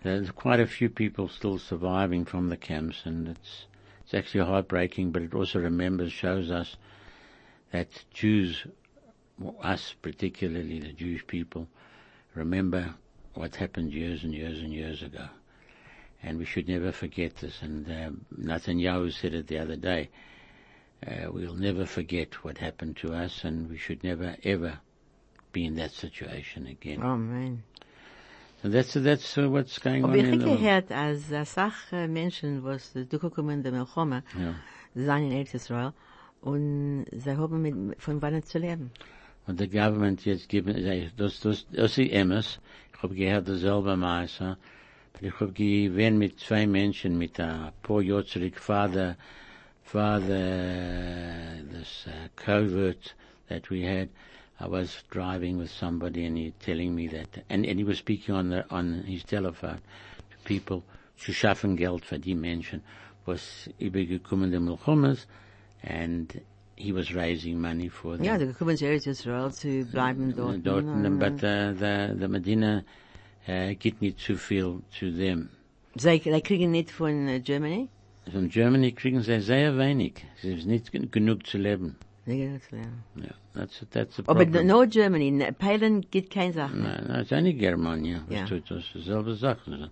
[SPEAKER 2] there's quite a few people still surviving from the camps, and it's it's actually heartbreaking, but it also remembers, shows us that Jews, us particularly the Jewish people, remember what happened years and years and years ago. And we should never forget this. And uh, Netanyahu said it the other day. Uh, we'll never forget what happened to us, and we should never ever be in that situation again.
[SPEAKER 1] Oh, man.
[SPEAKER 2] So that's that's uh, what's going
[SPEAKER 1] Aber
[SPEAKER 2] on
[SPEAKER 1] ich
[SPEAKER 2] in
[SPEAKER 1] habe
[SPEAKER 2] the world.
[SPEAKER 1] gehört, als eine Sache Menschen, was durchgekommen in der Melchome,
[SPEAKER 2] Ja.
[SPEAKER 1] sind in Eretz Israel, und sie haben mit, von wann zu leben.
[SPEAKER 2] Und der Government jetzt gibt, äh, das, das, das ist Emmes. Ich habe gehört, das selbe Meister. Ich habe gewähnt mit zwei Menschen, mit ein paar Jahren zurück, Vater, Vater, this uh, covert that we had. I was driving with somebody and he telling me that, and, and he was speaking on the, on his telephone to people, zu schaffen Geld für die Menschen, was übergekommen der Milchommes, and he was raising money for them.
[SPEAKER 1] Ja, sie gekommen zu Eretz Israel, zu bleiben dort.
[SPEAKER 2] Äh, Dort,
[SPEAKER 1] Na, na.
[SPEAKER 2] but uh, the the Medina uh, gibt nicht zu viel zu dem.
[SPEAKER 1] Sie, sie kriegen nicht von äh, Germany,
[SPEAKER 2] Von Germany kriegen sie sehr wenig. Sie ist nicht gen- genug zu leben.
[SPEAKER 1] sie gehen zu leben.
[SPEAKER 2] Yeah, that's that's the
[SPEAKER 1] Aber
[SPEAKER 2] problem.
[SPEAKER 1] Oh, no Germany, ne- Poland gibt keine Sachen.
[SPEAKER 2] Nein, nein, es ist eine Germania.
[SPEAKER 1] Ja.
[SPEAKER 2] Das tut das dieselbe Sachen.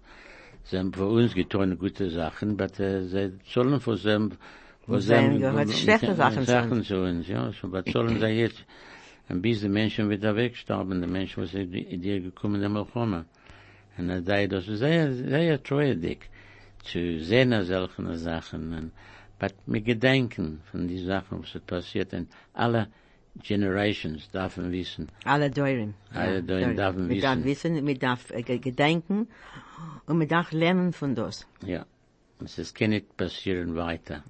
[SPEAKER 2] Sie haben für uns getan gute Sachen, aber äh, sie sollen für sie, für
[SPEAKER 1] Sie haben gehört, schlechte Sachen zu
[SPEAKER 2] Sachen zu uns, ja. So, was sollen sie jetzt? Und bis die Menschen wieder wegstarben, die Menschen, was in die in die gekommen sind, mal kommen. Und da sei das sehr, sehr treudig zu sehen an solchen Sachen. Und, but mit Gedenken von die Sachen, was passiert, und alle Generations darf man wissen,
[SPEAKER 1] Alle Deuren.
[SPEAKER 2] Alle Deuren dürfen
[SPEAKER 1] Wir darf
[SPEAKER 2] wissen.
[SPEAKER 1] wissen, wir darf äh, ge- gedenken und wir darf lernen von das.
[SPEAKER 2] Ja. Es ist kann nicht passieren weiter.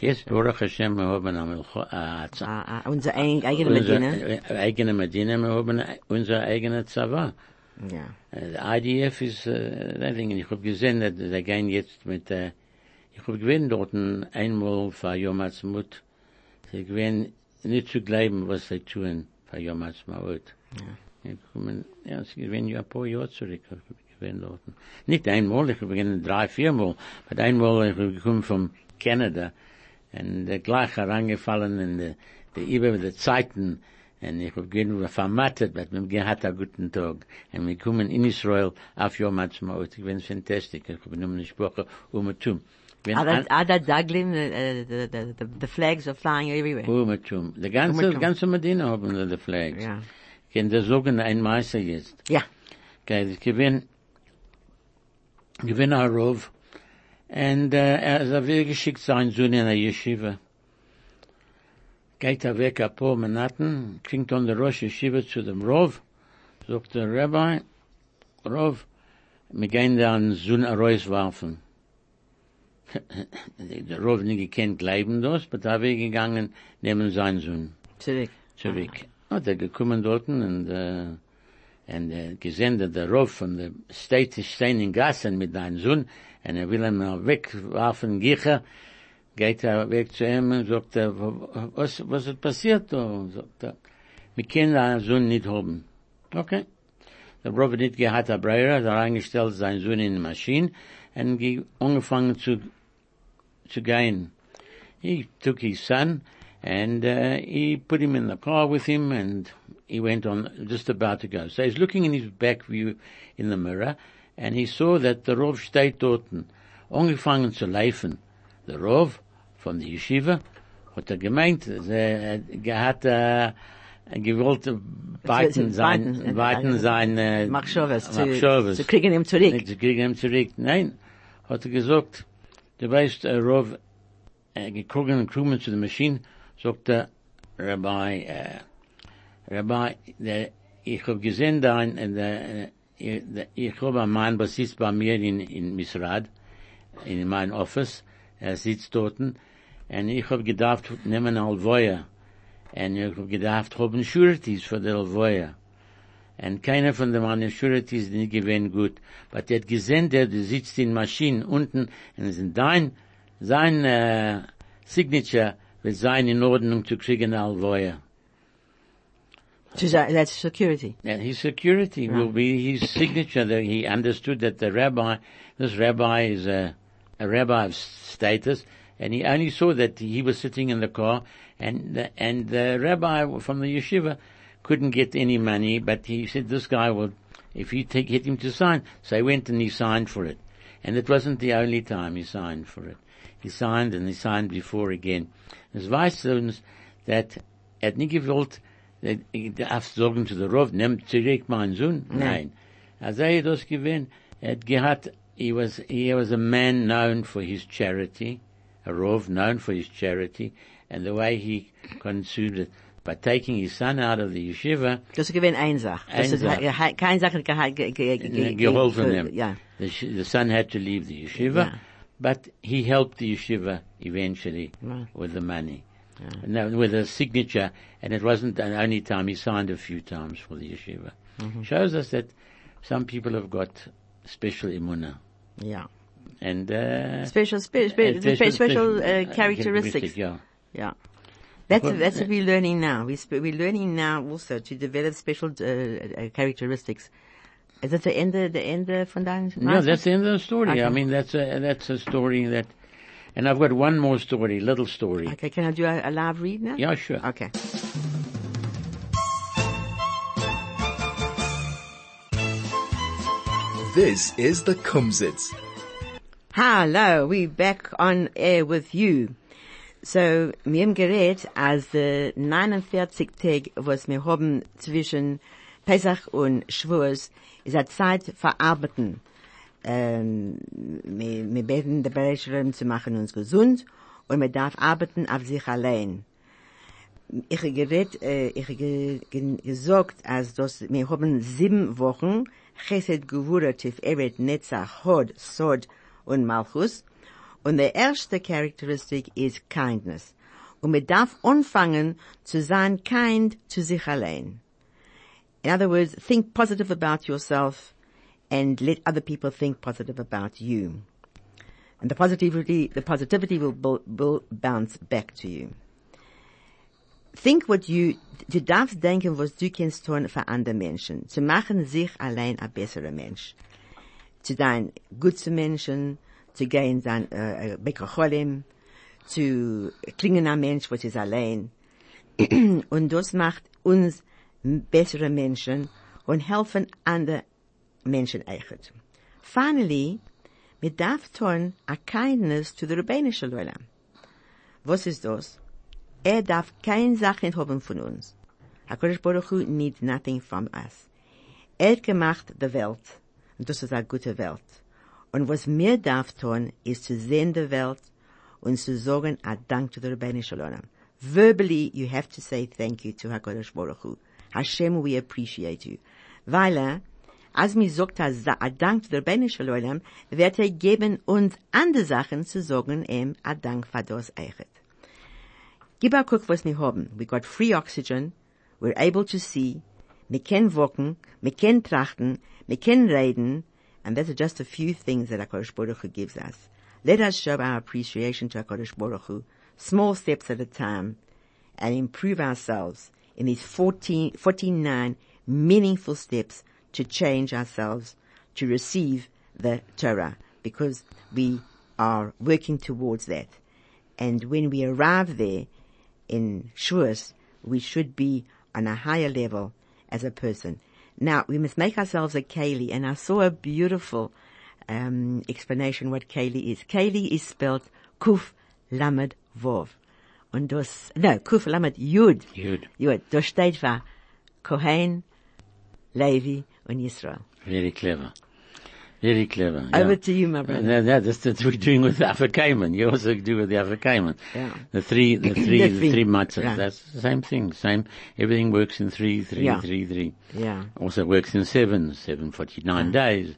[SPEAKER 1] jetzt
[SPEAKER 2] Jetzt, Baruch Hashem, wir haben eine Milch- äh, Z-
[SPEAKER 1] Ah, ah, unsere eig- eigene
[SPEAKER 2] unsere
[SPEAKER 1] Medina.
[SPEAKER 2] äh, eigene Medina, wir haben unser eigener Zawa.
[SPEAKER 1] Ja.
[SPEAKER 2] IDF ist, äh, das Ding, ich habe gesehen, dass sie gehen jetzt mit, äh, ich habe gewinnt dort ein- einmal für Yom Ha'atzmaut. Sie gewinnen nicht zu glauben, was sie tun für Yom Ha'atzmaut. Ja, kommen, ja, sie gewinnen ja ein paar Jahre zurück, ich hab gewinnen dort. Nicht einmal, ich habe gewinnen drei, viermal, aber einmal, ich habe gekommen von Kanada, und äh, gleich herangefallen in der, der über die Zeiten, und ich habe gewinnen er vermattet, aber man gehabt er einen guten Tag. Und wir kommen in Israel auf Yom Ha'atzmaut, ich bin fantastisch, ich habe genommen eine Sprache, um und um. Wenn
[SPEAKER 1] Alle,
[SPEAKER 2] an-
[SPEAKER 1] alle Daglim, äh, the, the, the, the flags are flying everywhere.
[SPEAKER 2] um und um. Die ganze,
[SPEAKER 1] um.
[SPEAKER 2] ganze Medina haben die Flags.
[SPEAKER 1] Ja.
[SPEAKER 2] Können das sagen, ein Meister jetzt.
[SPEAKER 1] Ja.
[SPEAKER 2] Okay, ich gewinn, gewinn a Rov, and uh, er er will geschickt sein Sohn in der Yeshiva. Geht er weg ein paar Monaten, klingt dann der Rosh Yeshiva zu dem Rov, sagt der Rabbi, Rov, wir gehen dann Sohn rauswerfen. <laughs> Der Rauf nicht gekannt bleiben das, aber da wir gegangen, nehmen seinen Sohn
[SPEAKER 1] Zurück.
[SPEAKER 2] zurück. Und er gekommen dort und, äh, und äh, gesehen, dass der Rauf von der State ist stehen in Gassen mit seinem Sohn und er will ihn noch wegwerfen, Gicher, geht er weg zu ihm und sagt er, was, was ist passiert? Und sagt er, wir können einen Sohn nicht haben. Okay. Der Robert nicht gehabt hat Breyer, hat er eingestellt seinen Sohn in die Maschine und ge- angefangen zu, zu gehen. He took his son and uh, he put him in the car with him and he went on just about to go. So he's looking in his back view in the mirror and he saw that the Rov steht dorten, angefangen zu laufen. Der Rov von der Yeshiva hat er gemeint, er hat uh, äh, gewollt weiten sein,
[SPEAKER 1] weiten,
[SPEAKER 2] weiten
[SPEAKER 1] äh,
[SPEAKER 2] sein, äh,
[SPEAKER 1] Mach schon was. Zu,
[SPEAKER 2] Machshavas.
[SPEAKER 1] zu kriegen ihm zurück.
[SPEAKER 2] Nicht, sie kriegen ihn zurück. Nein, hat er gesagt, du weißt, äh, Rov, äh, gekrogen und krummen zu der Maschine, sagt er, Rabbi, äh, Rabbi, der, ich hab gesehen da ein, äh, der, äh, ich- der- ich hab einen Mann, was sitzt bei mir in, in Misrad, in mein Office, er sitzt dort, und ich hab gedacht, nehmen Alvoya, und ich hab gedacht, haben Sureties für die Alvoya. And keiner von den Manusurities nicht gewesen gut. But er hat gesehen, der, der sitzt in Maschinen unten, und es ist dein, sein, äh, Signature wird sein in Ordnung zu kriegen, Alvoya.
[SPEAKER 1] Zu sein, that's security.
[SPEAKER 2] And his security will be his signature that he understood that the rabbi, this rabbi is a, a rabbi of status, and he only saw that he was sitting in the car, and the, and the rabbi from the yeshiva couldn't get any money, but he said this guy will, if you take, get him to sign, so he went and he signed for it, and it wasn't the only time he signed for it. He signed and he signed before again. Es weiß uns, that er hat nie gewollt, that he darf sagen zu der Rauf, nehmt zurück meinen Sohn. Nein. Als er das gewinnt, er hat gehabt, he was, he was a man known for his charity, a Rauf known for his charity, and the way he consumed it, by taking his son out of the yeshiva,
[SPEAKER 1] Das ist gewinn eine Sache. Das
[SPEAKER 2] Eine
[SPEAKER 1] ist
[SPEAKER 2] Sache.
[SPEAKER 1] ha- ha- keine Sache, ge- ge- ge- ge-
[SPEAKER 2] geholfen
[SPEAKER 1] ge-
[SPEAKER 2] ihm.
[SPEAKER 1] Ja.
[SPEAKER 2] The, sh- the son had to leave the yeshiva,
[SPEAKER 1] Yeah.
[SPEAKER 2] but he helped the yeshiva eventually
[SPEAKER 1] Right.
[SPEAKER 2] with the money. And that- with a signature, and it wasn't the only time he signed a few times for the yeshiva.
[SPEAKER 1] Mm-hmm.
[SPEAKER 2] Shows us that some people have got special imuna.
[SPEAKER 1] Ja.
[SPEAKER 2] And, uh,
[SPEAKER 1] Special, spe- spe- special,
[SPEAKER 2] äh,
[SPEAKER 1] uh, characteristics.
[SPEAKER 2] Yeah.
[SPEAKER 1] Yeah. That's,
[SPEAKER 2] Well,
[SPEAKER 1] that's
[SPEAKER 2] uh,
[SPEAKER 1] what we're learning now. We sp- we're learning now also to develop special uh, uh, characteristics. Is that the end, the end von deinem
[SPEAKER 2] No, that's the end of the story.
[SPEAKER 1] Okay.
[SPEAKER 2] I mean, that's a, that's a story that, and I've got one more story, little story.
[SPEAKER 1] Okay, can I do a, a live read now?
[SPEAKER 2] Yeah, sure.
[SPEAKER 1] Okay.
[SPEAKER 3] This is the Kumsitz.
[SPEAKER 1] Hello, we back on air with you. So, wir haben geredet, als äh, die 49 Tage, was wir haben zwischen Pesach und Schwurz, ist eine Zeit verarbeiten. Ähm, wir, wir beten der Bereitschaft zu machen uns gesund und man darf arbeiten auf sich allein. ich habe geredet, äh, ich habe ge- ge- gesagt, als dass wir haben sieben Wochen Chesed Gevura Tif Evet Netzach Hod Sod und Malchus und die erste Charakteristik ist Kindness und man darf anfangen zu sein kind zu sich allein. In other words, think positive about yourself and let other people think positive about you. And the positivity, the positivity will, bu- will bounce back to you. Think what you, du darfst denken, was du kannst tun für andere Menschen. Zu machen sich allein ein besserer Mensch. Zu sein gut zu Menschen, zu gehen sein, äh, Bekocholim, zu klingen ein Mensch, was ist allein. <clears throat> und das macht uns bessere Menschen und helfen anderen Menschen eigentlich. Finally, wir darf tun a kindness to the rabbinische Leute. Was ist das? Er darf keine Sachen haben von uns. HaKadosh Baruch Hu needs nothing from us. Er hat gemacht die Welt. Und das ist eine gute Welt. Und was mir darf tun, ist zu sehen die Welt und zu sagen, a Dank to the Rebbeinu Shalom. Verbally, you have to say thank you to HaKadosh Baruch Hu. Hashem, we appreciate you. Weil er, Als mir sagt, als a Dank der Benische Leulam, wird er geben uns andere Sachen zu sagen, ihm a Dank für das Eichet. Gib a guck, was wir haben. We got free oxygen, we're able to see, wir können walken, wir können trachten, wir können reden, and those are just a few things that HaKadosh Baruch Hu gives us. Let us show our appreciation to HaKadosh Baruch Hu, small steps at a time, and improve ourselves in these 14, 49 meaningful steps to change ourselves to receive the Torah because we are working towards that. And when we arrive there in Shuas, we should be on a higher level as a person. Now we must make ourselves a Kaylee and I saw a beautiful um, explanation what Kaylee is. Kaylee is spelled Kuf Lamed Vov. Und das, no, Kuf Lamed Yud.
[SPEAKER 2] Yud.
[SPEAKER 1] Yud. Das steht für Kohen, Levi und Yisrael.
[SPEAKER 2] Very clever. Very clever.
[SPEAKER 1] Over to you, my brother.
[SPEAKER 2] No, no, that's, that's what we're doing with the Afrikaman. You also do with the Afrikaman.
[SPEAKER 1] Yeah.
[SPEAKER 2] The
[SPEAKER 1] <coughs>
[SPEAKER 2] three, the three,
[SPEAKER 1] The
[SPEAKER 2] the,
[SPEAKER 1] three.
[SPEAKER 2] three, matzahs.
[SPEAKER 1] Yeah.
[SPEAKER 2] That's the same thing. Same. Everything works in three, three,
[SPEAKER 1] Yeah.
[SPEAKER 2] three, three.
[SPEAKER 1] Yeah.
[SPEAKER 2] Also works in seven, seven forty-nine days,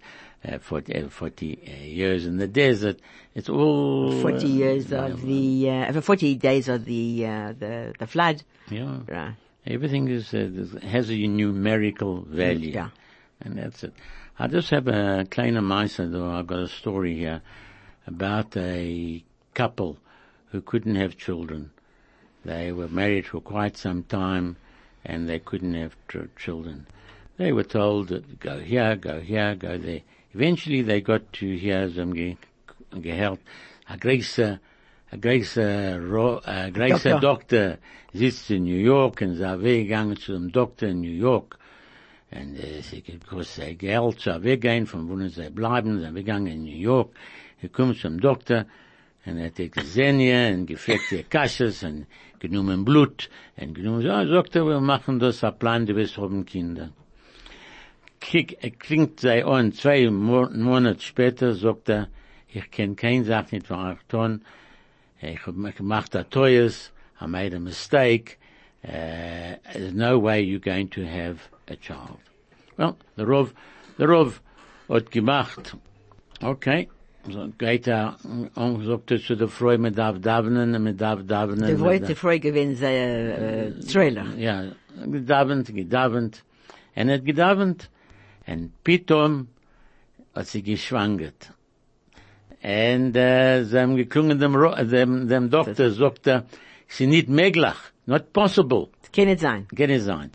[SPEAKER 2] uh, 40, uh, 40 uh, years in the desert. It's all
[SPEAKER 1] 40 years of the, uh, for 40 days of the, uh, the, the flood.
[SPEAKER 2] Yeah.
[SPEAKER 1] Right.
[SPEAKER 2] Everything is uh, is- has a numerical value.
[SPEAKER 1] Yeah.
[SPEAKER 2] And that's it. I just have a kleiner meister though. I've got a story here about a couple who couldn't have children. They were married for quite some time and they couldn't have tr- children. They were told that go here, go here, go there. Eventually they got to here, some ge- geheld, a greaser, a greaser, ro- a greaser
[SPEAKER 1] Doctor.
[SPEAKER 2] doctor sitzt in New York und sei weggegangen zu dem Doktor in New York. Und äh, sie gekostet sein Geld, sei weggehen, von wo sie bleiben, sei weggegangen in New York. Er kommt zum Doktor und er hat ihn gesehen hier und gefragt ihr Kasches und genommen Blut und genommen, ja, Ah, Doktor, wir machen das, ein Plan, du wirst haben Kinder. Krieg, äh, klingt sei an, zwei Mo Monate später sagt er, ich kenn kein Sach nicht von Achton, ich hab gemacht a Teuers, I made a mistake, uh, there's no way you're going to have a child. Well, the Rov, the Rov hat gemacht, okay, so geht er, und sagt er zu der Frau, mit darf davnen, mit darf davnen,
[SPEAKER 1] Der
[SPEAKER 2] mit
[SPEAKER 1] wollte
[SPEAKER 2] darf-
[SPEAKER 1] früher gewinnen, äh, äh,
[SPEAKER 2] Uh,
[SPEAKER 1] Trailer.
[SPEAKER 2] ja, gedavend, gedavend. En het gedavend. En Pitom hat sie geschwangert. En äh, sie haben geklungen dem, Ro- dem, dem Doktor, sagte, sie nicht möglich, not possible,
[SPEAKER 1] Kann nicht sein.
[SPEAKER 2] kann nicht sein.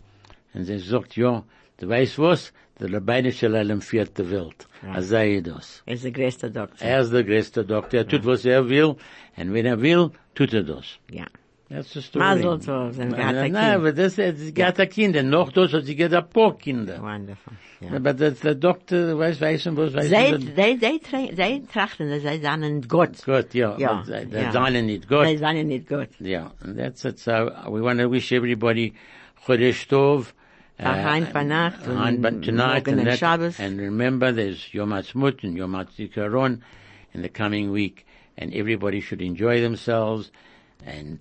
[SPEAKER 2] Und sie sagt, ja, du weißt was, der Rabbinische Lelem führt die Welt. Ja. Er sei das.
[SPEAKER 1] Er ist der größte Doktor.
[SPEAKER 2] Er ist der größte Doktor, er tut, was er will, und wenn er will, tut er das.
[SPEAKER 1] ja.
[SPEAKER 2] That's the story.
[SPEAKER 1] Mazel tov, and got a
[SPEAKER 2] No,
[SPEAKER 1] kid.
[SPEAKER 2] but this is got a kind, and noch those that you get a poor kinder.
[SPEAKER 1] Wonderful. Ja.
[SPEAKER 2] But that's the doctor, weiß, weiß und was, weiß
[SPEAKER 1] Zij,
[SPEAKER 2] und-
[SPEAKER 1] zij, zij, tra- zij trachten, dat zij zijn een God.
[SPEAKER 2] Gut, ja.
[SPEAKER 1] Ja,
[SPEAKER 2] but they-
[SPEAKER 1] ja.
[SPEAKER 2] They're dining it
[SPEAKER 1] Zij
[SPEAKER 2] gut.
[SPEAKER 1] zijn niet God.
[SPEAKER 2] Yeah, and that's it. So uh, we want to wish everybody Chodesh Tov. uh,
[SPEAKER 1] Ach, ein paar Nacht
[SPEAKER 2] uh, ein paar-
[SPEAKER 1] und
[SPEAKER 2] tonight
[SPEAKER 1] morgen
[SPEAKER 2] and,
[SPEAKER 1] und
[SPEAKER 2] that-
[SPEAKER 1] Shabbos.
[SPEAKER 2] and remember there's Yom Ha'atzmaut and Yom HaZikaron in the coming week and everybody should enjoy themselves and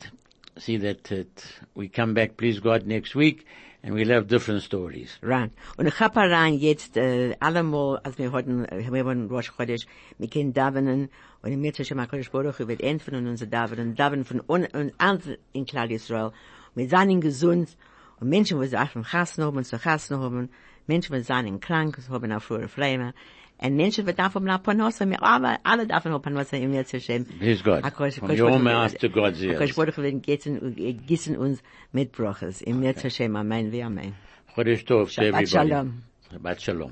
[SPEAKER 2] see that it, we come back please God next week and we'll have different stories.
[SPEAKER 1] Ran. Und ich hab rein jetzt, äh, allemal, als wir hatten, äh, wir waren Rosh Chodesh, wir können davenen, und im Mitzvah Shema Kodesh Baruch, Hu wird entfen und unser davenen, davenen von un, und allen in Klal Yisrael. Wir seien gesund, und Menschen, die sich vom Chasno haben, zu Chasno haben, Menschen, die seien krank, sie haben auch früher Fläme, und Menschen, die davon nach Panosse, wir alle, alle davon auf Panosse im Mitzvah Shem.
[SPEAKER 2] Please God.
[SPEAKER 1] Akosh,
[SPEAKER 2] From
[SPEAKER 1] Akosh
[SPEAKER 2] your
[SPEAKER 1] ah, Baruch Hu-
[SPEAKER 2] mouth to God's ears.
[SPEAKER 1] Akosh Baruch Hu wird gießen, gießen uns mit Broches. Im Mitzvah Shem, Amen, wie Amen.
[SPEAKER 2] Chodesh Tov to
[SPEAKER 1] Shabbat
[SPEAKER 2] everybody.
[SPEAKER 1] Shalom.
[SPEAKER 2] Shabbat Shalom.